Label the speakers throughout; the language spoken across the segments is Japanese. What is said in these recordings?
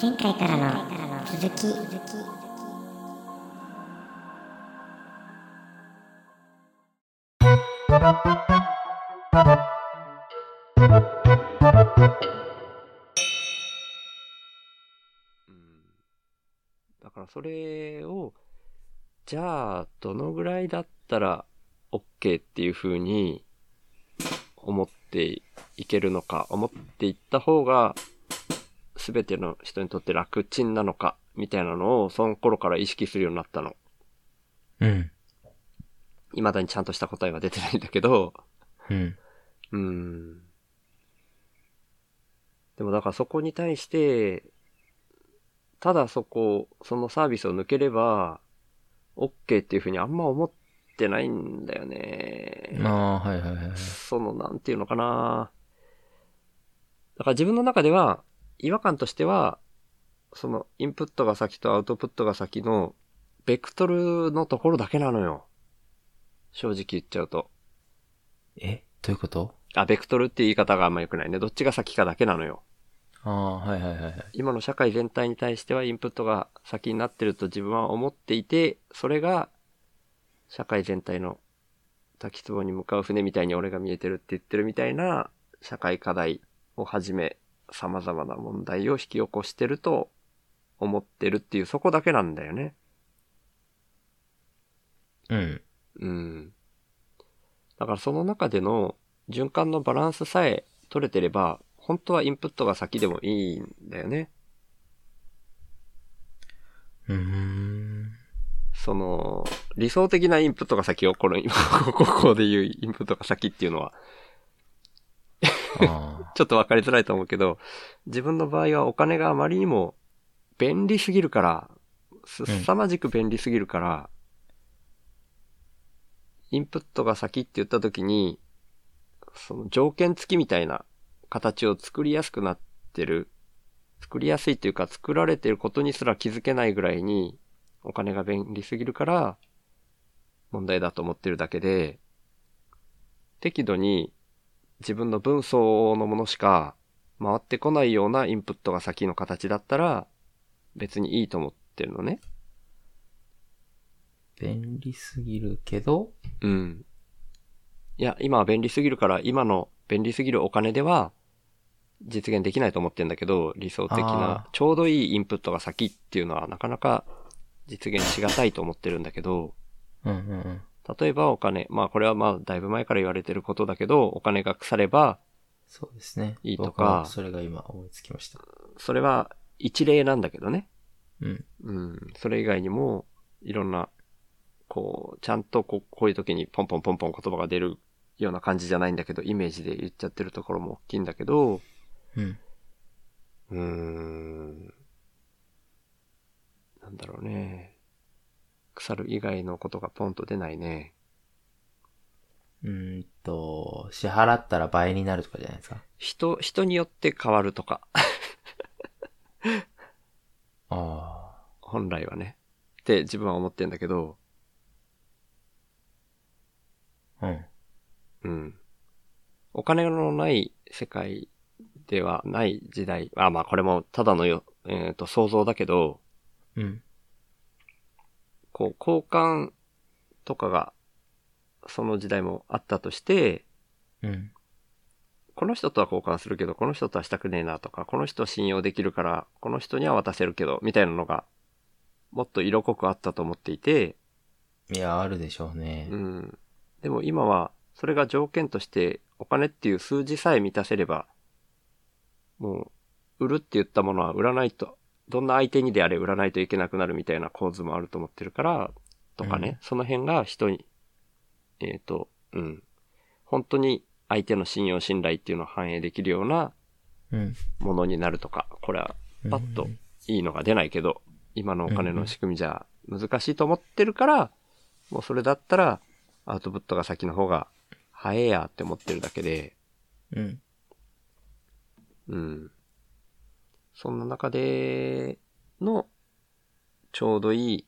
Speaker 1: 前回からの続き
Speaker 2: うんだからそれを、じゃあ、どのぐらいだったら OK っていう風に思っていけるのか、思っていった方が、すべての人にとって楽ちんなのか、みたいなのを、その頃から意識するようになったの。
Speaker 3: うん。
Speaker 2: 未だにちゃんとした答えは出てないんだけど、
Speaker 3: うん。
Speaker 2: うーん。でもだからそこに対して、ただそこ、そのサービスを抜ければ、OK っていうふうにあんま思ってないんだよね。
Speaker 3: ああ、はいはいはいはい。
Speaker 2: その、なんていうのかな。だから自分の中では、違和感としては、その、インプットが先とアウトプットが先の、ベクトルのところだけなのよ。正直言っちゃうと。
Speaker 3: えどういうこと
Speaker 2: あ、ベクトルって言い方があんま良くないね。どっちが先かだけなのよ。
Speaker 3: ああ、はいはいはいはい。
Speaker 2: 今の社会全体に対してはインプットが先になってると自分は思っていて、それが社会全体の滝壺に向かう船みたいに俺が見えてるって言ってるみたいな社会課題をはじめ様々な問題を引き起こしてると思ってるっていうそこだけなんだよね。
Speaker 3: うん。
Speaker 2: うん。だからその中での循環のバランスさえ取れてれば、本当はインプットが先でもいいんだよね。
Speaker 3: うーん。
Speaker 2: その、理想的なインプットが先を、この、今、ここで言うインプットが先っていうのは、
Speaker 3: ああ。
Speaker 2: ちょっと分かりづらいと思うけど、自分の場合はお金があまりにも便利すぎるから、すさまじく便利すぎるから、インプットが先って言った時に、その条件付きみたいな形を作りやすくなってる。作りやすいというか、作られてることにすら気づけないぐらいに、お金が便利すぎるから、問題だと思ってるだけで、適度に自分の分相応のものしか回ってこないようなインプットが先の形だったら別にいいと思ってるのね。
Speaker 3: 便利すぎるけど、
Speaker 2: うん。いや、今は便利すぎるから今の便利すぎるお金では実現できないと思ってんだけど理想的
Speaker 3: あ
Speaker 2: な
Speaker 3: ー
Speaker 2: ちょうどいいインプットが先っていうのはなかなか実現しがたいと思ってるんだけど、
Speaker 3: うんうんうん。
Speaker 2: 例えばお金、まあこれはまあだいぶ前から言われてることだけど、お金が腐れば、
Speaker 3: そうですね。
Speaker 2: いいとか
Speaker 3: 僕はそれが今思いつきました。
Speaker 2: それは一例なんだけどね。
Speaker 3: うん。
Speaker 2: うん、それ以外にも、いろんな、こう、ちゃんとこうこういう時にポンポンポンポン言葉が出るような感じじゃないんだけど、イメージで言っちゃってるところも大きいんだけど、
Speaker 3: うん。
Speaker 2: うーん。なんだろうね。腐る以外のことがポンと出ないね。
Speaker 3: うーんと、支払ったら倍になるとかじゃないですか。
Speaker 2: 人、人によって変わるとか、
Speaker 3: あ
Speaker 2: 本来はね。って自分は思ってんだけど、
Speaker 3: あ。うん。
Speaker 2: うん。お金のない世界ではない時代。あ、まあこれもただのよ、えっ、と、想像だけど、
Speaker 3: うん。
Speaker 2: こう、交換とかが、その時代もあったとして、
Speaker 3: うん。
Speaker 2: この人とは交換するけど、この人とはしたくねえなとか、この人信用できるから、この人には渡せるけど、みたいなのが、もっと色濃くあったと思っていて、
Speaker 3: いや、あるでしょうね
Speaker 2: う。ん。でも今は、それが条件として、お金っていう数字さえ満たせれば、もう、売るって言ったものは売らないと、どんな相手にであれ売らないといけなくなるみたいな構図もあると思ってるから、とかね、その辺が人に、えっ、と、うん。本当に相手の信用信頼っていうのを反映できるような
Speaker 3: うん。
Speaker 2: ものになるとか、これは
Speaker 3: うん
Speaker 2: パッといいのが出ないけど、今のお金の仕組みじゃ難しいと思ってるから、もうそれだったらアウトプットが先の方が早えやって思ってるだけで、
Speaker 3: うん。
Speaker 2: うん。そんな中でのちょうどいい、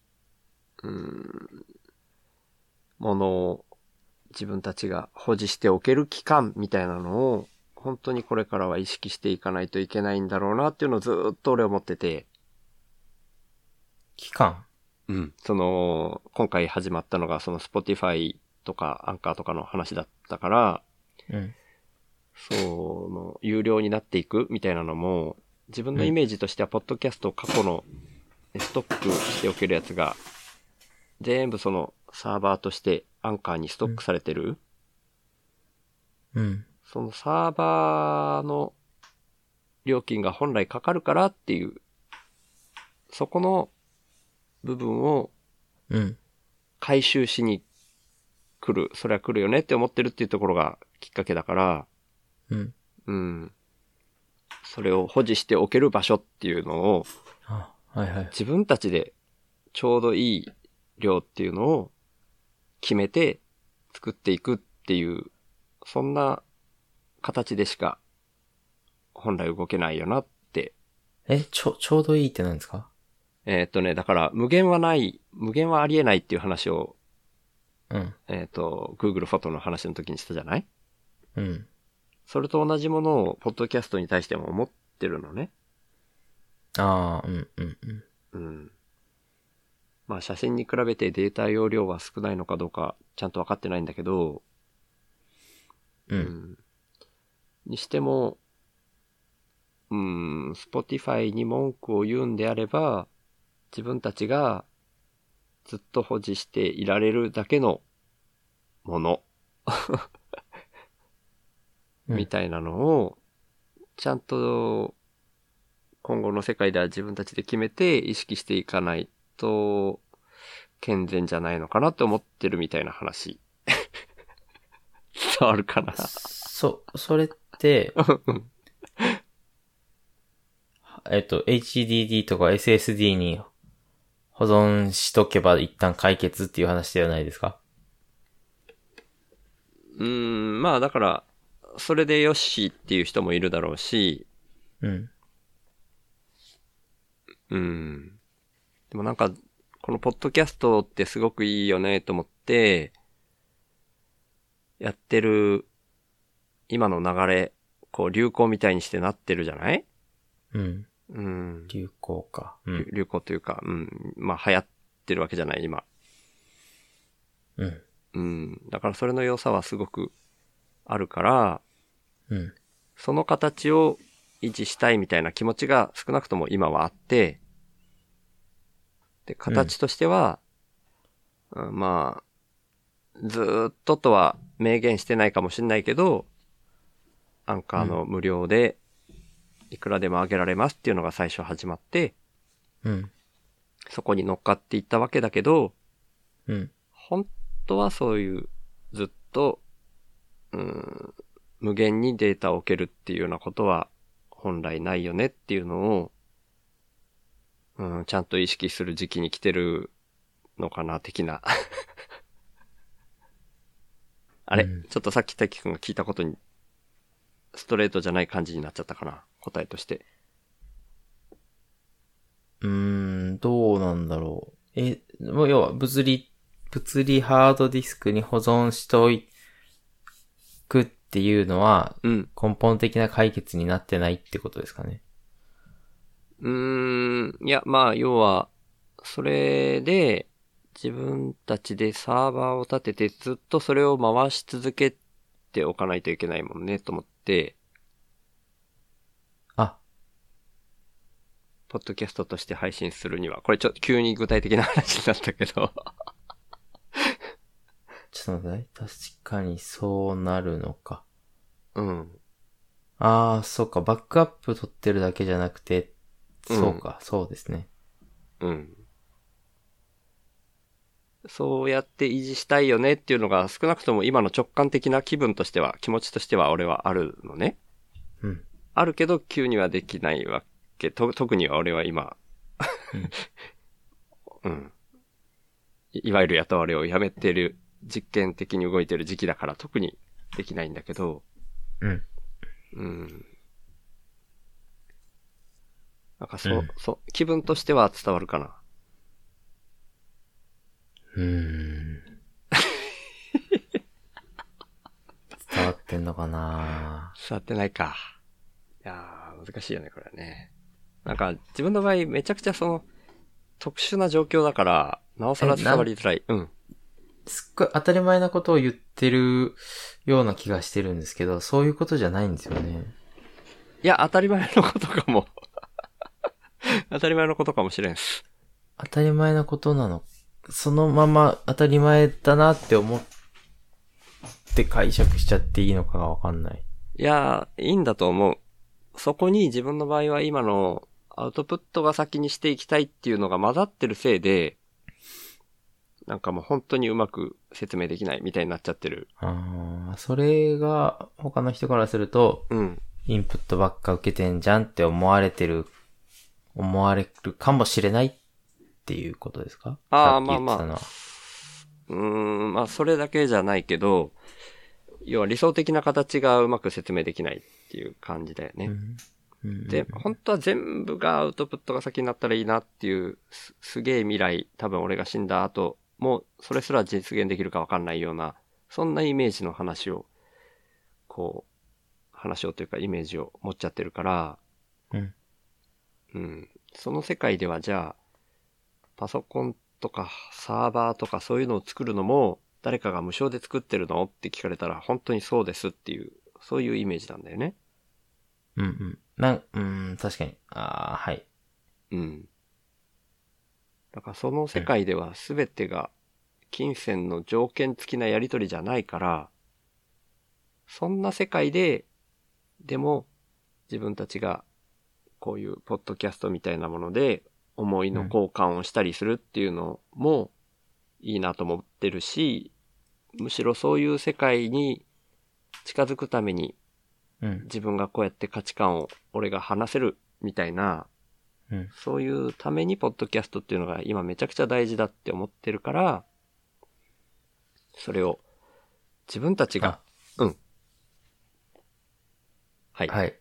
Speaker 2: うん、ものを自分たちが保持しておける期間みたいなのを本当にこれからは意識していかないといけないんだろうなっていうのをずーっと俺思ってて、
Speaker 3: 期間
Speaker 2: うん。その、今回始まったのが、その Spotify とか Anchor とかの話だったから、
Speaker 3: うん。
Speaker 2: その、有料になっていくみたいなのも、自分のイメージとしては、ポッドキャストを過去のねストックしておけるやつが、全部そのサーバーとしてアンカーにストックされてる、
Speaker 3: うん。
Speaker 2: そのサーバーの料金が本来かかるからっていう、そこの部分を
Speaker 3: うん。
Speaker 2: 回収しに来る、それは来るよねって思ってるっていうところがきっかけだから、
Speaker 3: うん。
Speaker 2: うん。それを保持しておける場所っていうのを、
Speaker 3: あ、はいはい。
Speaker 2: 自分たちでちょうどいい量っていうのを決めて作っていくっていう、そんな形でしか本来動けないよなって。
Speaker 3: え、ちょ、ちょうどいいって何ですか
Speaker 2: えーっとね、だから無限はない、無限はありえないっていう話を、
Speaker 3: うん。
Speaker 2: えーっと、Google フォトの話の時にしたじゃない
Speaker 3: うん。
Speaker 2: それと同じものを、ポッドキャストに対しても思ってるのね。
Speaker 3: ああ、うん、うん、うん。
Speaker 2: うん。まあ、写真に比べてデータ容量は少ないのかどうか、ちゃんと分かってないんだけど、
Speaker 3: う。
Speaker 2: うんん。にしても、うん、Spotify に文句を言うんであれば、自分たちがずっと保持していられるだけのもの、
Speaker 3: うん
Speaker 2: みたいなのを、ちゃんと今後の世界では自分たちで決めて意識していかないと、健全じゃないのかなって思ってるみたいな話。伝わるかな
Speaker 3: そ、それって、えっと、HDD とか SSD に保存しとけば一旦解決っていう話ではないですか
Speaker 2: うーん、まあだから、それでよしっていう人もいるだろうし、
Speaker 3: うん。
Speaker 2: うん。でもなんか、このポッドキャストってすごくいいよねと思って、やってる、今の流れ、こう流行みたいにしてなってるじゃない
Speaker 3: うん。
Speaker 2: うん。
Speaker 3: 流行か。う
Speaker 2: 流
Speaker 3: ん。
Speaker 2: 流行というか、うん。まあ流行ってるわけじゃない、今。
Speaker 3: うん。
Speaker 2: うん。だからそれの良さはすごくあるから、
Speaker 3: うん。
Speaker 2: その形を維持したいみたいな気持ちが少なくとも今はあって、で、形としては、うんまあ、ずーっととは明言してないかもしれないけど、アンカーの無料でいくらでも上げられますっていうのが最初始まって、
Speaker 3: うん。
Speaker 2: そこに乗っかっていったわけだけど、
Speaker 3: うん。
Speaker 2: 本当はそういう、ずっと、うん、無限にデータを置けるっていうようなことは本来ないよねっていうのを、うん、ちゃんと意識する時期に来てるのかな、的な。 あれ、
Speaker 3: うん
Speaker 2: ちょっとさっき滝くんが聞いたことに、ストレートじゃない感じになっちゃったかな、答えとして。
Speaker 3: うーん、どうなんだろう。え、もう要は物理、物理ハードディスクに保存しといくっていうのは
Speaker 2: うん。
Speaker 3: 根本的な解決になってないってことですかね。
Speaker 2: うーん、いや、まあ、要は、それで、自分たちでサーバーを立てて、ずっとそれを回し続けておかないといけないもんね、と思って、
Speaker 3: あ、
Speaker 2: ポッドキャストとして配信するには、これちょっと急に具体的な話になったけど、
Speaker 3: ちょっと待ってね、確かにそうなるのか。
Speaker 2: うん。
Speaker 3: ああ、そうか、バックアップ取ってるだけじゃなくて、
Speaker 2: うん
Speaker 3: そうか、そうですね。
Speaker 2: うん。そうやって維持したいよねっていうのが、少なくとも今の直感的な気分としては、気持ちとしては俺はあるのね。
Speaker 3: うん。
Speaker 2: あるけど、急にはできないわけ。と、特には俺は今。うん。いいわゆる雇われをやめてる、実験的に動いてる時期だから特にできないんだけど、
Speaker 3: うん。
Speaker 2: うん。なんかそう、
Speaker 3: うん
Speaker 2: そう、気分としては伝わるかな。
Speaker 3: うーん。伝わっってんのかな
Speaker 2: 座ってないか。いやー、難しいよね、これはね。なんか、自分の場合、めちゃくちゃその、特殊な状況だから、なおさら
Speaker 3: え
Speaker 2: 伝
Speaker 3: なん
Speaker 2: わりづらい。うん。
Speaker 3: すっごい当たり前なことを言ってるような気がしてるんですけど、そういうことじゃないんですよね。
Speaker 2: いや、当たり前のことかも。 当たり前のことかもしれんっす。
Speaker 3: 当たり前なことなの。そのまま当たり前だなって思って解釈しちゃっていいのかがわかんない。
Speaker 2: いやー、いいんだと思う。そこに自分の場合は今のアウトプットが先にしていきたいっていうのが混ざってるせいで、なんかもう本当にうまく説明できないみたいになっちゃってる。
Speaker 3: あーそれが他の人からすると、
Speaker 2: うん。
Speaker 3: インプットばっか受けてんじゃんって思われてる、思われるかもしれないっていうことですか
Speaker 2: ああ、
Speaker 3: さ
Speaker 2: ま
Speaker 3: っ
Speaker 2: あ
Speaker 3: き
Speaker 2: ま
Speaker 3: 言ってたの
Speaker 2: あ
Speaker 3: は。
Speaker 2: うーん、まあそれだけじゃないけど、要は理想的な形がうまく説明できないっていう感じだよね。
Speaker 3: うんうん
Speaker 2: で、本当は全部がアウトプットが先になったらいいなっていう、すすげえ未来、多分俺が死んだ後、もうそれすら実現できるかわかんないような、そんなイメージの話を、こう、話をというかイメージを持っちゃってるから、
Speaker 3: うん。
Speaker 2: うん。その世界ではじゃあ、パソコンとかサーバーとかそういうのを作るのも、誰かが無償で作ってるのって聞かれたら、本当にそうですっていう、そういうイメージなんだよね。
Speaker 3: うんうん。なん、うん、確かに。ああ、はい。
Speaker 2: うん。だからその世界では全てが金銭の条件付きなやり取りじゃないから、そんな世界で、でも自分たちがこういうポッドキャストみたいなもので思いの交換をしたりするっていうのもいいなと思ってるし、むしろそういう世界に近づくために
Speaker 3: うん。
Speaker 2: 自分がこうやって価値観を俺が話せるみたいな
Speaker 3: うん。
Speaker 2: そういうために、ポッドキャストっていうのが今めちゃくちゃ大事だって思ってるから、それを自分たちが、うん。はい。
Speaker 3: はい。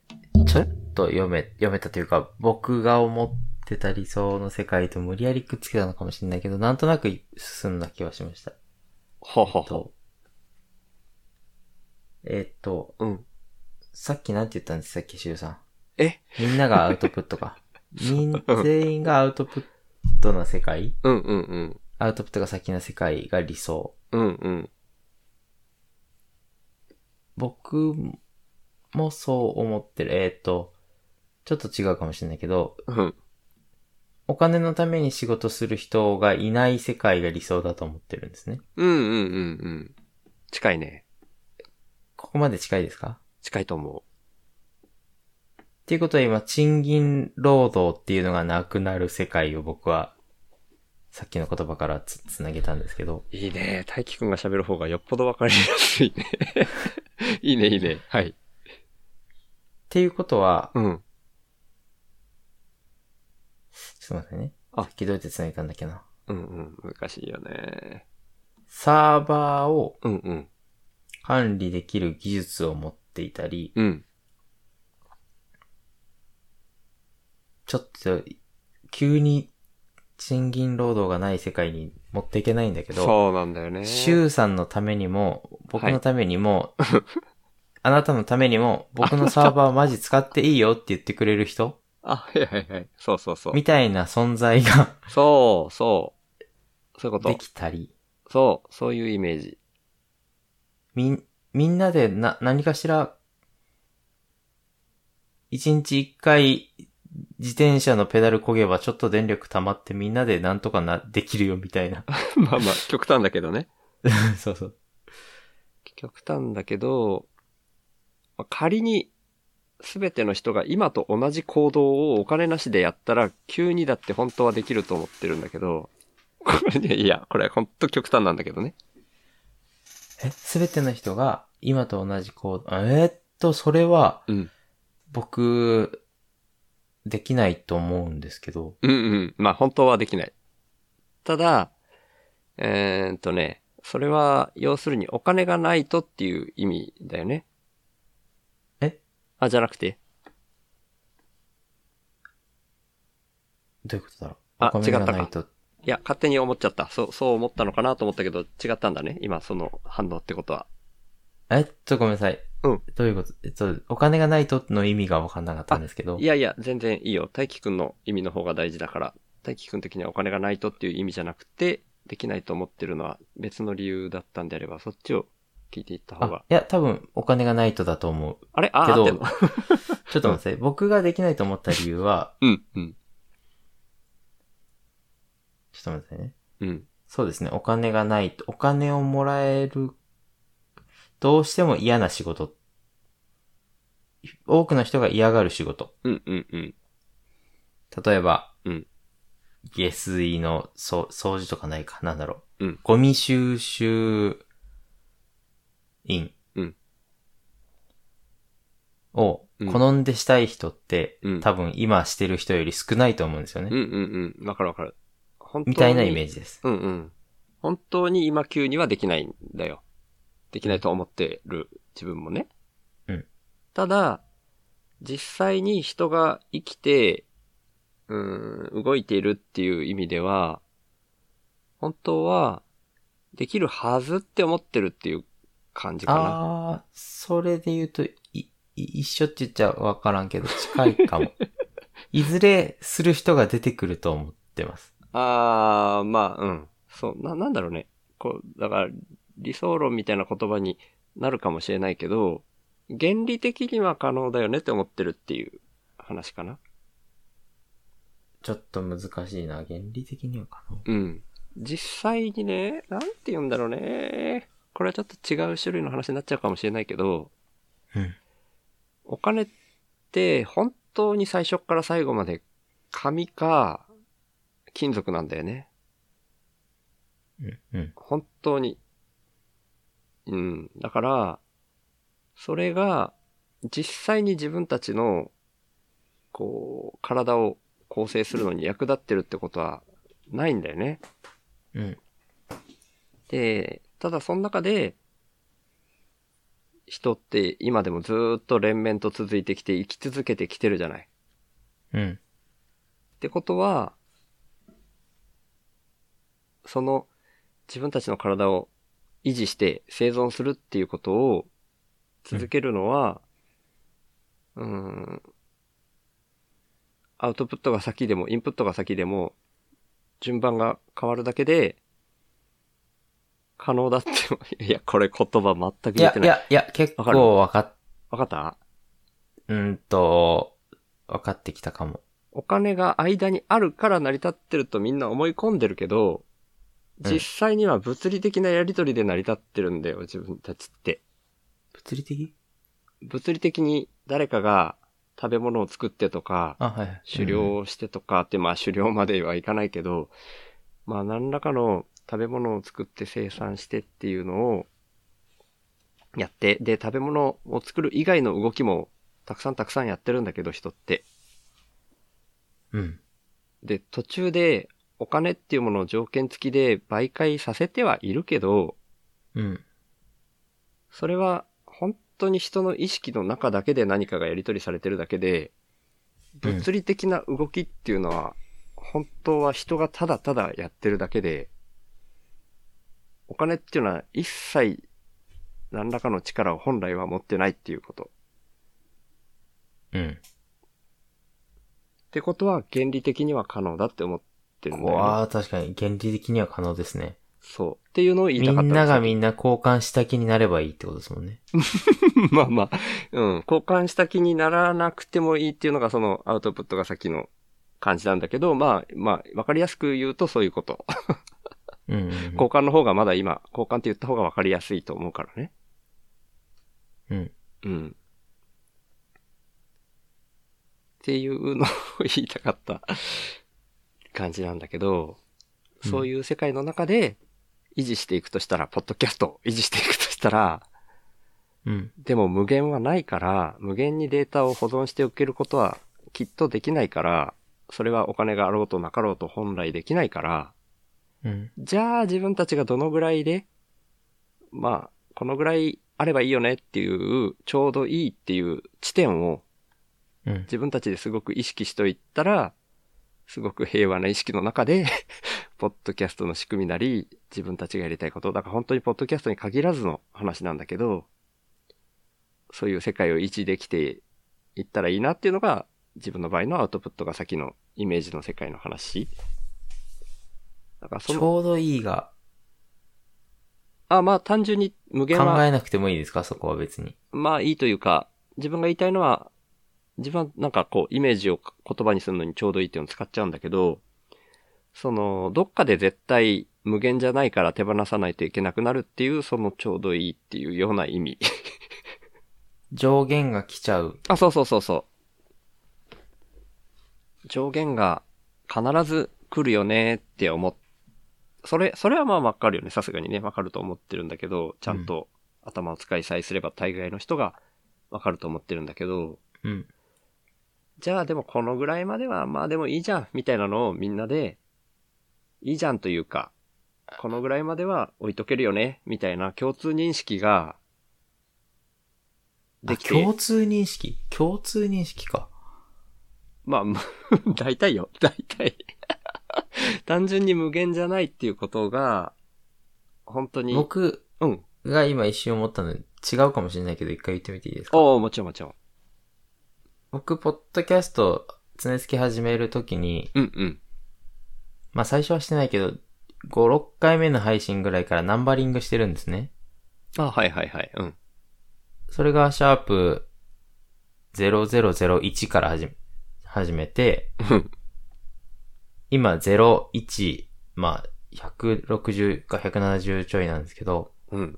Speaker 3: ちょっと読め、読めたというか、僕が思ってた理想の世界と無理やりくっつけたのかもしれないけど、なんとなく進んだ気はしました。
Speaker 2: ほうほうほ
Speaker 3: と、えっと、
Speaker 2: う。うん。
Speaker 3: さっきなんて言ったんですか、岸優さん。
Speaker 2: え
Speaker 3: みんながアウトプッ トか。みん、全員がアウトプットな世界
Speaker 2: うんうんうん。
Speaker 3: アウトプットが先な世界が理想。
Speaker 2: うんうん。
Speaker 3: 僕もそう思ってる。えっと、ちょっと違うかもしれないけど、
Speaker 2: うん。
Speaker 3: お金のために仕事する人がいない世界が理想だと思ってるんですね。
Speaker 2: うんうんうんうん。近いね。
Speaker 3: ここまで近いですか
Speaker 2: 近いと思
Speaker 3: っていうことは今、賃金労働っていうのがなくなる世界を僕は、さっきの言葉からつ、つなげたんですけど、
Speaker 2: う。いいね。大輝くんが喋る方がよっぽどわかりやすいね。 いいねいいね。はい。
Speaker 3: っていうことは、
Speaker 2: うん。
Speaker 3: ちょっと待ってね。
Speaker 2: あ
Speaker 3: さっきどうやって繋げたんだっけな。
Speaker 2: うんうん。難しいよね。
Speaker 3: サーバーを
Speaker 2: うんうん。
Speaker 3: 管理できる技術を持っていたり、
Speaker 2: うん。
Speaker 3: ちょっと、急に賃金労働がない世界に持っていけないんだけど、
Speaker 2: そうなんだよね。
Speaker 3: シュウさんのためにも、僕
Speaker 2: は
Speaker 3: の
Speaker 2: い
Speaker 3: ため にも、あなたのためにも、僕のサーバーマジ使っていいよって言ってくれる人
Speaker 2: あ、はいはいはい。そうそうそう。
Speaker 3: みたいな存在が
Speaker 2: そう、そう。そういうこ
Speaker 3: で
Speaker 2: と。
Speaker 3: きたり、
Speaker 2: そう、そういうイメージ。
Speaker 3: みん、みんなでな、何かしら、一日一回、自転車のペダルこげばちょっと電力溜まってみんなでなんとかな、できるよみたいな。
Speaker 2: まあまあ、極端だけどね。
Speaker 3: そうそう。
Speaker 2: 極端だけど、まあ仮に、すべての人が今と同じ行動をお金なしでやったら、急にだって本当はできると思ってるんだけど、これね、 いや、これ本当極端なんだけどね。
Speaker 3: え、すべての人が今と同じ行動、えーっと、それは、
Speaker 2: うん。
Speaker 3: 僕、できないと思うんですけど。
Speaker 2: うんうん。まあ本当はできない。ただ、えーっとね、それは、要するにお金がないとっていう意味だよね。
Speaker 3: え
Speaker 2: あ、じゃなくて
Speaker 3: どういうことだろう
Speaker 2: あ
Speaker 3: お金がないと。
Speaker 2: いや、勝手に思っちゃった。そう、そう思ったのかなと思ったけど、違ったんだね。今、その反応ってことは。
Speaker 3: えっと、ごめんなさい。
Speaker 2: うん
Speaker 3: どういうことえっと、お金がないとの意味が分かんなかったんですけど
Speaker 2: い。やいや、全然いいよ。大輝くんの意味の方が大事だから、大輝くん的にはお金がないとっていう意味じゃなくて、できないと思ってるのは別の理由だったんであれば、そっちを聞いていった方
Speaker 3: あ
Speaker 2: が。、
Speaker 3: いや、多分、お金がないとだと思う。
Speaker 2: あれあ
Speaker 3: け
Speaker 2: あ、
Speaker 3: ど
Speaker 2: 合ってん の
Speaker 3: ちょっと待って、僕ができないと思った理由は、
Speaker 2: うん、うん、
Speaker 3: ちょっと待ってね。
Speaker 2: うん。
Speaker 3: そうですね、お金がないと、お金をもらえる、どうしても嫌な仕事。多くの人が嫌がる仕事。
Speaker 2: うん、うん、うん。
Speaker 3: 例えば、
Speaker 2: うん
Speaker 3: 下水の掃掃除とかないか、なんだろう。
Speaker 2: うん
Speaker 3: ゴミ収集員。
Speaker 2: うん
Speaker 3: を、
Speaker 2: うん
Speaker 3: 好んでしたい人って、
Speaker 2: うん
Speaker 3: 多分今してる人より少ないと思うんですよね。
Speaker 2: うん、うん、うん。わかるわかる。本当に
Speaker 3: みたいなイメージです。
Speaker 2: うんうん。本当に今急にはできないんだよ。できないと思ってる自分もね。
Speaker 3: うん。
Speaker 2: ただ、実際に人が生きて、うーん、動いているっていう意味では、本当は、できるはずって思ってるっていう感じかな。
Speaker 3: ああ、それで言うと、い、い一緒って言っちゃわからんけど、近いかも。 いずれする人が出てくると思ってます。
Speaker 2: あー、まあ、うん。そう、な、なんだろうね。こう、だから、理想論みたいな言葉になるかもしれないけど、原理的には可能だよねって思ってるっていう話かな。
Speaker 3: ちょっと難しいな、原理的にはかな。
Speaker 2: うん。実際にね、なんて言うんだろうね。これはちょっと違う種類の話になっちゃうかもしれないけど、
Speaker 3: うん
Speaker 2: お金って本当に最初から最後まで紙か金属なんだよね。
Speaker 3: うん、うん、
Speaker 2: 本当に。うん。だから、それが、実際に自分たちの、こう、体を構成するのに役立ってるってことはないんだよね。
Speaker 3: うん、
Speaker 2: で、ただその中で、人って今でもずーっと連綿と続いてきて生き続けてきてるじゃない。
Speaker 3: うん、
Speaker 2: ってことは、その自分たちの体を維持して生存するっていうことを続けるのは、うーん、アウトプットが先でもインプットが先でも順番が変わるだけで可能だって。 いや、これ言葉全く
Speaker 3: い
Speaker 2: 言っ
Speaker 3: や、
Speaker 2: て
Speaker 3: い
Speaker 2: ない。
Speaker 3: や、いや、結
Speaker 2: わかる
Speaker 3: 構わかっ、
Speaker 2: わかった
Speaker 3: うんと、わかってきたかも。
Speaker 2: お金が間にあるから成り立ってるとみんな思い込んでるけど、
Speaker 3: うん
Speaker 2: 実際には物理的なやりとりで成り立ってるんだよ、自分たちって。
Speaker 3: 物理的
Speaker 2: 物理的に誰かが食べ物を作ってとか、
Speaker 3: あ、はいはい。
Speaker 2: 狩猟をしてとかって、まあ狩猟まではいかないけど、まあ何らかの食べ物を作って生産してっていうのをやって、で、食べ物を作る以外の動きもたくさんたくさんやってるんだけど、人って。
Speaker 3: うん。うん。
Speaker 2: で、途中でお金っていうものを条件付きで媒介させてはいるけど、
Speaker 3: うん。
Speaker 2: それは本当に人の意識の中だけで何かがやり取りされてるだけで、
Speaker 3: うん
Speaker 2: 物理的な動きっていうのは、本当は人がただただやってるだけで、お金っていうのは一切何らかの力を本来は持ってないっていうこと。
Speaker 3: うん。
Speaker 2: ってことは原理的には可能だって思ってるんだ
Speaker 3: こう
Speaker 2: よ、ね。
Speaker 3: あー確かに原理的には可能ですね。
Speaker 2: そう。っていうのを言い
Speaker 3: み
Speaker 2: たかった
Speaker 3: ん
Speaker 2: です
Speaker 3: ながみんな交換した気になればいいってことですもんね。
Speaker 2: まあまあ、うん、交換した気にならなくてもいいっていうのがそのアウトプットが先の感じなんだけど、まあまあ、わかりやすく言うとそういうこと。
Speaker 3: うんうんうん。
Speaker 2: 交換の方がまだ今、交換って言った方がわかりやすいと思うからね。
Speaker 3: うん。
Speaker 2: うん。っていうのを言いたかった感じなんだけど、
Speaker 3: うん
Speaker 2: そういう世界の中で維持していくとしたら、ポッドキャストを維持していくとしたら、
Speaker 3: うん。
Speaker 2: でも無限はないから、無限にデータを保存しておけることはきっとできないから、それはお金があろうとなかろうと本来できないから、
Speaker 3: うん。
Speaker 2: じゃあ自分たちがどのぐらいで、まあ、このぐらいあればいいよねっていう、ちょうどいいっていう地点を
Speaker 3: うん。
Speaker 2: 自分たちですごく意識しといったら、すごく平和な意識の中で、 ポッドキャストの仕組みなり、自分たちがやりたいこと、だから本当にポッドキャストに限らずの話なんだけど、そういう世界を維持できていったらいいなっていうのが、自分の場合のアウトプットが先のイメージの世界の話。だからそ
Speaker 3: ち
Speaker 2: の、
Speaker 3: ょうどいいが、
Speaker 2: あ、まあ単純に無限
Speaker 3: 考
Speaker 2: は、
Speaker 3: えなくてもいいですかそこは別に。
Speaker 2: まあいいというか、自分が言いたいのは、自分はなんかこう、イメージを言葉にするのにちょうどいいっていうのを使っちゃうんだけど、その、どっかで絶対無限じゃないから手放さないといけなくなるっていう、そのちょうどいいっていうような意味。
Speaker 3: 上限が来ちゃう。
Speaker 2: あ、そうそうそうそう。上限が必ず来るよねって思っ、それ、それはまあわかるよね。さすがにね、わかると思ってるんだけど、ちゃんと頭を使いさえすれば大概の人がわかると思ってるんだけど、
Speaker 3: うん。
Speaker 2: じゃあでもこのぐらいまではまあでもいいじゃん、みたいなのをみんなで、いいじゃんというか、このぐらいまでは置いとけるよね、みたいな共通認識が、
Speaker 3: あ
Speaker 2: できて
Speaker 3: 共通認識共通認識か。
Speaker 2: まあ、む 大体よ。大体。 単純に無限じゃないっていうことが、本当に。
Speaker 3: 僕
Speaker 2: うん。
Speaker 3: が今一瞬思ったので違うかもしれないけど一回言ってみていいですか
Speaker 2: おおもちろんもちろん。
Speaker 3: 僕、ポッドキャスト常々始めるときに、
Speaker 2: うんうん。
Speaker 3: まあ最初はしてないけど、5、6回目の配信ぐらいからナンバリングしてるんですね。
Speaker 2: あはいはいはい。うん。
Speaker 3: それがシャープ0001から始め、始めて、
Speaker 2: うん
Speaker 3: 今01、まあ160か170ちょいなんですけど、
Speaker 2: うん。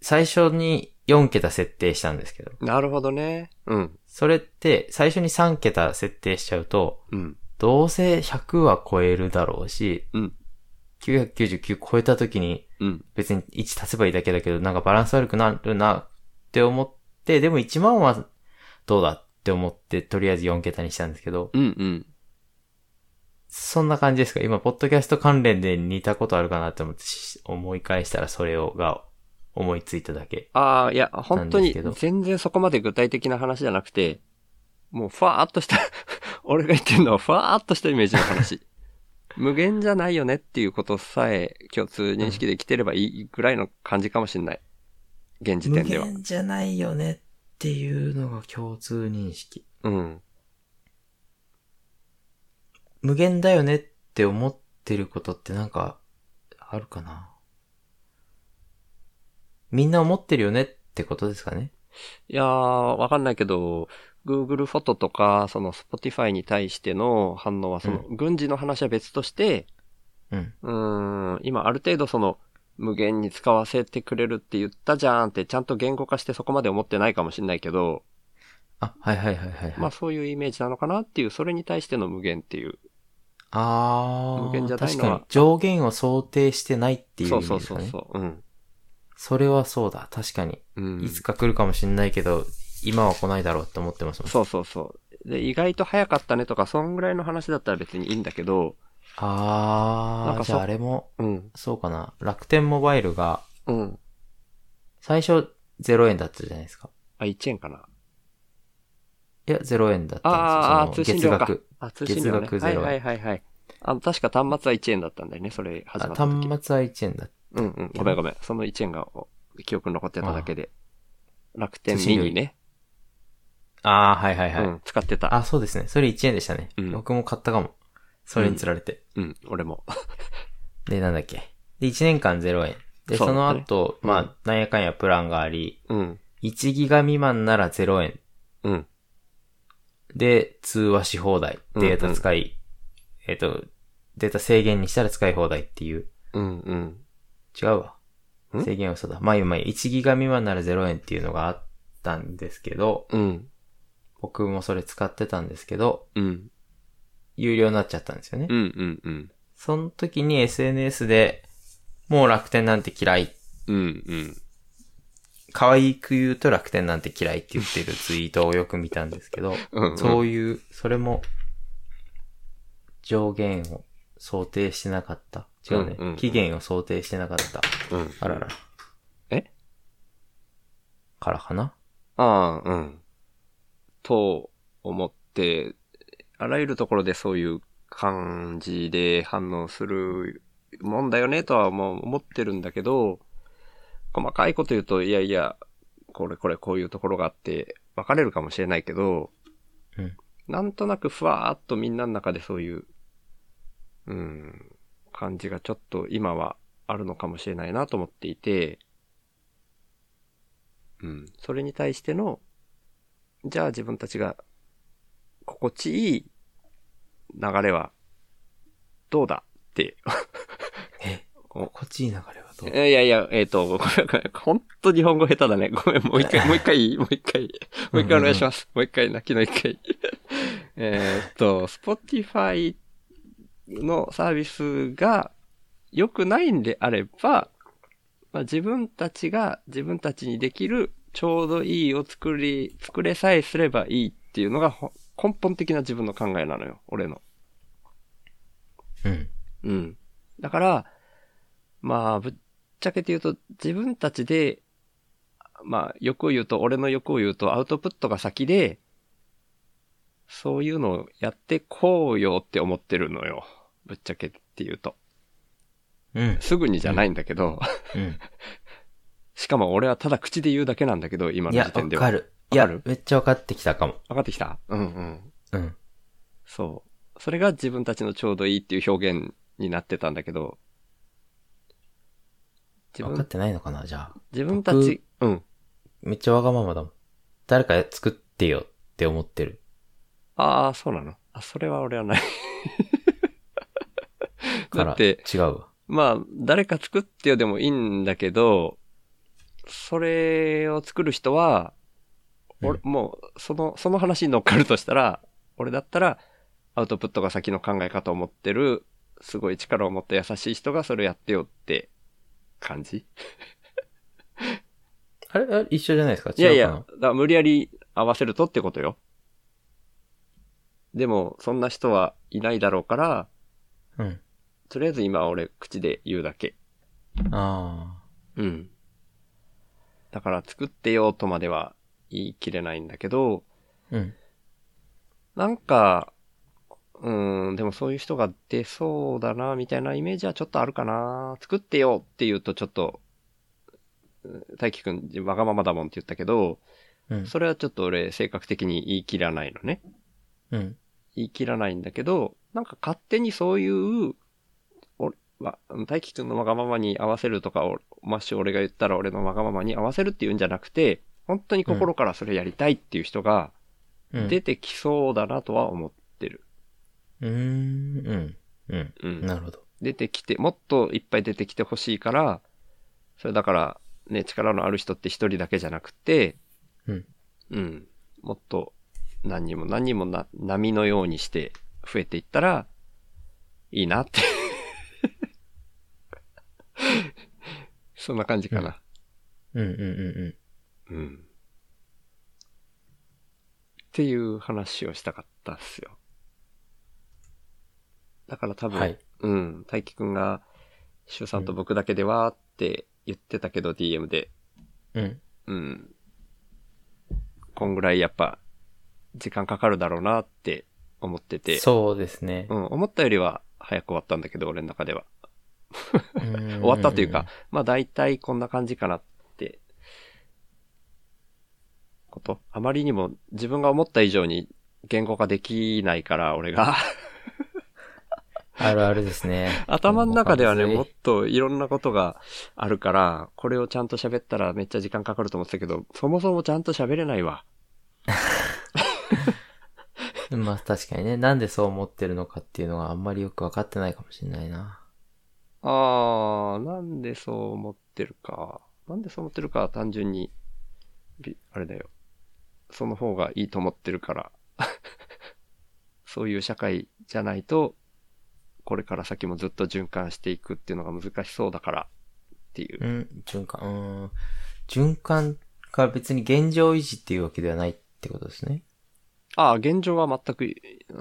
Speaker 3: 最初に4桁設定したんですけど、
Speaker 2: なるほどね。うん。
Speaker 3: それって最初に3桁設定しちゃうと、
Speaker 2: うん。
Speaker 3: どうせ100は超えるだろうし、
Speaker 2: うん。
Speaker 3: 999超えた時に
Speaker 2: うん。
Speaker 3: 別に1足せばいいだけだけど、なんかバランス悪くなるなって思って、でも1万はどうだって思って、とりあえず4桁にしたんですけど、
Speaker 2: うんうん。
Speaker 3: そんな感じですか今、ポッドキャスト関連で似たことあるかなって思ってし、思い返したらそれを、が思いついただけ。
Speaker 2: ああ、いや、本当に
Speaker 3: なんです
Speaker 2: 全然そこまで具体的な話じゃなくて、もうファーっとした、 俺が言ってるのはファーっとしたイメージの話。 無限じゃないよねっていうことさえ共通認識できてればいいぐらいの感じかもしれない。現時点では。
Speaker 3: じゃないよねっていうのが共通認識。
Speaker 2: うん。
Speaker 3: 無限だよねって思ってることってなんか、あるかなみんな思ってるよねってことですかね
Speaker 2: いやー、わかんないけど、Google フォトとか、その Spotify に対しての反応は、その、軍事の話は別として、
Speaker 3: うん。
Speaker 2: うーん、今ある程度その、無限に使わせてくれるって言ったじゃんって、ちゃんと言語化してそこまで思ってないかもしれないけど、
Speaker 3: あ、はいはいはいはい、はい。
Speaker 2: まあそういうイメージなのかなっていう、それに対しての無限っていう。
Speaker 3: あー
Speaker 2: 無限じゃない
Speaker 3: 確
Speaker 2: のは
Speaker 3: かに上限を想定してないっていう意
Speaker 2: そう
Speaker 3: 味ですか
Speaker 2: そ
Speaker 3: ね。
Speaker 2: うそうそう。うん。
Speaker 3: それはそうだ。確かに。
Speaker 2: うん。
Speaker 3: いつか来るかもしんないけど、今は来ないだろうって思ってますもん。
Speaker 2: そうそうそう。で、意外と早かったねとか、そんぐらいの話だったら別にいいんだけど、な
Speaker 3: あ
Speaker 2: ん
Speaker 3: ー、
Speaker 2: かそ
Speaker 3: じゃああれも、
Speaker 2: うん。
Speaker 3: そうかな。楽天モバイルが、
Speaker 2: うん。
Speaker 3: 最初0円だったじゃないですか。
Speaker 2: あ、1円かな。
Speaker 3: いや、0円だった
Speaker 2: あー
Speaker 3: んですよ。
Speaker 2: あ
Speaker 3: そ
Speaker 2: ー、通
Speaker 3: の
Speaker 2: 信料
Speaker 3: 月
Speaker 2: か
Speaker 3: 額。。
Speaker 2: あ、通信料ね。
Speaker 3: 月額
Speaker 2: は
Speaker 3: ゼ
Speaker 2: い
Speaker 3: ロ円
Speaker 2: はいはいはい。あの、確か端末は1円だったんだよね、それ
Speaker 3: あ
Speaker 2: 始ま
Speaker 3: 端
Speaker 2: った
Speaker 3: 末
Speaker 2: 時。
Speaker 3: は1円だ。
Speaker 2: うんうん。ごめんごめん。その1円がお記憶に残ってただけで。楽天
Speaker 3: 通
Speaker 2: ミ
Speaker 3: 信料
Speaker 2: ニね。
Speaker 3: あー、はいはいはい。
Speaker 2: うん、使ってた。
Speaker 3: あ、そうですね。それ1円でしたね。
Speaker 2: うん
Speaker 3: 僕も買ったかも。それにつられて。
Speaker 2: うん、俺も。
Speaker 3: で、なんだっけ。で、1年間0円。で、
Speaker 2: そう
Speaker 3: その
Speaker 2: だね
Speaker 3: 後、
Speaker 2: うん
Speaker 3: まあ、なんやかんやプランがあり、
Speaker 2: うん、
Speaker 3: 1ギガ未満なら0円。
Speaker 2: うん、
Speaker 3: で、通話し放題。データ使い、えっ、と、データ制限にしたら使い放題っていう。
Speaker 2: うん、うん。
Speaker 3: 違うわ。
Speaker 2: ん
Speaker 3: 制限は嘘だ。まあ今、1ギガ未満なら0円っていうのがあったんですけど、
Speaker 2: うん、
Speaker 3: 僕もそれ使ってたんですけど、
Speaker 2: うん、
Speaker 3: 有料になっちゃったんですよね。
Speaker 2: うん、うん、うん、
Speaker 3: その時に SNS で、もう楽天なんて嫌い
Speaker 2: うん、うん。
Speaker 3: 可愛く言うと楽天なんて嫌いって言ってるツイートをよく見たんですけど、
Speaker 2: うんうん
Speaker 3: そういう、それも、上限を想定してなかった。違うね。
Speaker 2: うんうんうん
Speaker 3: 期限を想定してなかった。
Speaker 2: うん
Speaker 3: あらら。
Speaker 2: え
Speaker 3: からかな
Speaker 2: ああ、うん。と思って、あらゆるところでそういう感じで反応するもんだよねとはもう思ってるんだけど、細かいこと言うと、いやいや、これこれこういうところがあって、分かれるかもしれないけど、
Speaker 3: うん
Speaker 2: なんとなくふわーっとみんなの中でそういう、うん、感じがちょっと今はあるのかもしれないなと思っていて、うん、それに対しての、じゃあ自分たちが心地いい流れはどうだって
Speaker 3: え、
Speaker 2: お
Speaker 3: 心地いい流れはどう
Speaker 2: えいやいや、えっ、と、ごめんごめん。本当日本語下手だね。ごめん、もう一回、もう一回いいもう一回いい。もう一回お願いします。もう一回、泣きの一回。えっと、Spotify のサービスが良くないんであれば、まあ、自分たちが自分たちにできるちょうどいいを作り、作れさえすればいいっていうのがほ根本的な自分の考えなのよ。俺の。
Speaker 3: うん。
Speaker 2: うん。だから、まあ、ぶっちゃけて言うと、自分たちで、まあ、欲を言うと、俺の欲を言うと、アウトプットが先で、そういうのをやってこうよって思ってるのよ。ぶっちゃけって言うと。
Speaker 3: うん。
Speaker 2: すぐにじゃないんだけど、
Speaker 3: うん。
Speaker 2: しかも俺はただ口で言うだけなんだけど、今
Speaker 3: い
Speaker 2: の
Speaker 3: や
Speaker 2: 時、
Speaker 3: わ
Speaker 2: 点では。
Speaker 3: かる。いや
Speaker 2: わかる、
Speaker 3: めっちゃわかってきたかも。
Speaker 2: 分かってきたうんうん。
Speaker 3: うん。
Speaker 2: そう。それが自分たちのちょうどいいっていう表現になってたんだけど、自
Speaker 3: わかっ
Speaker 2: 分、
Speaker 3: てないのかな、じゃあ。
Speaker 2: 自分たち、うん。
Speaker 3: めっちゃわがままだもん。誰か作ってよって思ってる。
Speaker 2: ああ、そうなのあ、それは俺はない。
Speaker 3: か
Speaker 2: だ
Speaker 3: ら、
Speaker 2: っ
Speaker 3: 違
Speaker 2: て、
Speaker 3: うわ。
Speaker 2: まあ、誰か作ってよでもいいんだけど、それを作る人は、俺、もう、その、その話に乗っかるとしたら、俺だったら、アウトプットが先の考え方を持ってる、すごい力を持った優しい人がそれをやってよって感じ
Speaker 3: あれあれ一緒じゃないですか違うか
Speaker 2: い
Speaker 3: な
Speaker 2: やいや、だから無理やり合わせるとってことよ。でも、そんな人はいないだろうから、
Speaker 3: うん。
Speaker 2: とりあえず今は俺口で言うだけ。
Speaker 3: ああ。
Speaker 2: うん。だから作ってよとまでは言い切れないんだけど、
Speaker 3: うん。
Speaker 2: なんか、うーん、でもそういう人が出そうだな、みたいなイメージはちょっとあるかな。作ってよって言うとちょっと、うん大輝くんわがままだもんって言ったけど、
Speaker 3: うん。
Speaker 2: それはちょっと俺性格的に言い切らないのね。
Speaker 3: うん。
Speaker 2: 言い切らないんだけど、なんか勝手にそういう、俺は、大輝くんのわがままに合わせるとか、おもし俺が言ったら俺のわがままに合わせるっていうんじゃなくて、本当に心からそれやりたいっていう人が
Speaker 3: うん。
Speaker 2: 出てきそうだなとは思ってる。
Speaker 3: うーん。うん。
Speaker 2: う
Speaker 3: うんん。なるほど。
Speaker 2: 出てきて、もっといっぱい出てきてほしいから、それだから、ね、力のある人って一人だけじゃなくて、
Speaker 3: うん。
Speaker 2: うん。もっと何人も何人もな波のようにして増えていったら、いいなって。 そんな感じかな。
Speaker 3: うんうんうんうん。
Speaker 2: うん。っていう話をしたかったっすよ。だから多分、
Speaker 3: はい。
Speaker 2: うん、大輝くんが、シュウさんと僕だけではって言ってたけど、DM で。
Speaker 3: うん。
Speaker 2: うん。こんぐらいやっぱ、時間かかるだろうなって思ってて。
Speaker 3: そうですね
Speaker 2: う。ん、思ったよりは早く終わったんだけど、俺の中では。
Speaker 3: 終
Speaker 2: 終わったというか、まあ大体こんな感じかなって、こと。あまりにも自分が思った以上に言語化できないから、俺が。。
Speaker 3: あるあるですね
Speaker 2: 頭の中ではね、もっ
Speaker 3: も
Speaker 2: といろんなことがあるから、これをちゃんと喋ったらめっちゃ時間かかると思ってたけど、そもそもちゃんと喋れないわ。
Speaker 3: まあ確かにね、なんでそう思ってるのかっていうのがあんまりよくわかってないかもしれないな。
Speaker 2: あー、なんでそう思ってるか。なんでそう思ってるかは単純に、びあれだよ。その方がいいと思ってるから。 そういう社会じゃないと、これから先もずっと循環していくっていうのが難しそうだからっていう
Speaker 3: う。ん、循環、うん。循環が別に現状維持っていうわけではないってことですね。
Speaker 2: ああ、現状は全く、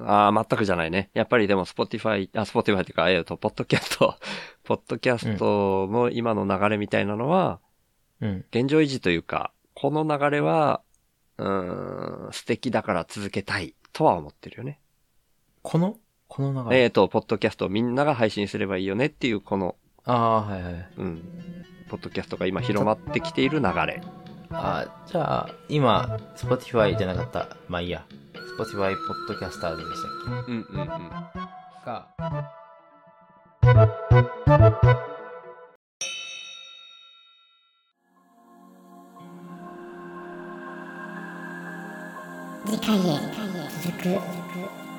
Speaker 2: ああ、全くじゃないね。やっぱりでも、スポティファイ、あ、スポティファイっていうか、えっと、ポッドキャスト、 ポッドキャストの今の流れみたいなのは、
Speaker 3: うん。
Speaker 2: 現状維持というか、この流れは、うーん、素敵だから続けたいとは思ってるよね。
Speaker 3: このこの流れ。
Speaker 2: えっと、ポッドキャストをみんなが配信すればいいよねっていう、この、
Speaker 3: ああ、はいはい。
Speaker 2: うん、ポッドキャストが今広まってきている流れ。
Speaker 3: あ、じゃあ、今、Spotify じゃなかった。まあいいや。Spotify ポッドキャスターズでしたっ
Speaker 2: うんうんうん。
Speaker 3: けか。
Speaker 1: 次回へ続く。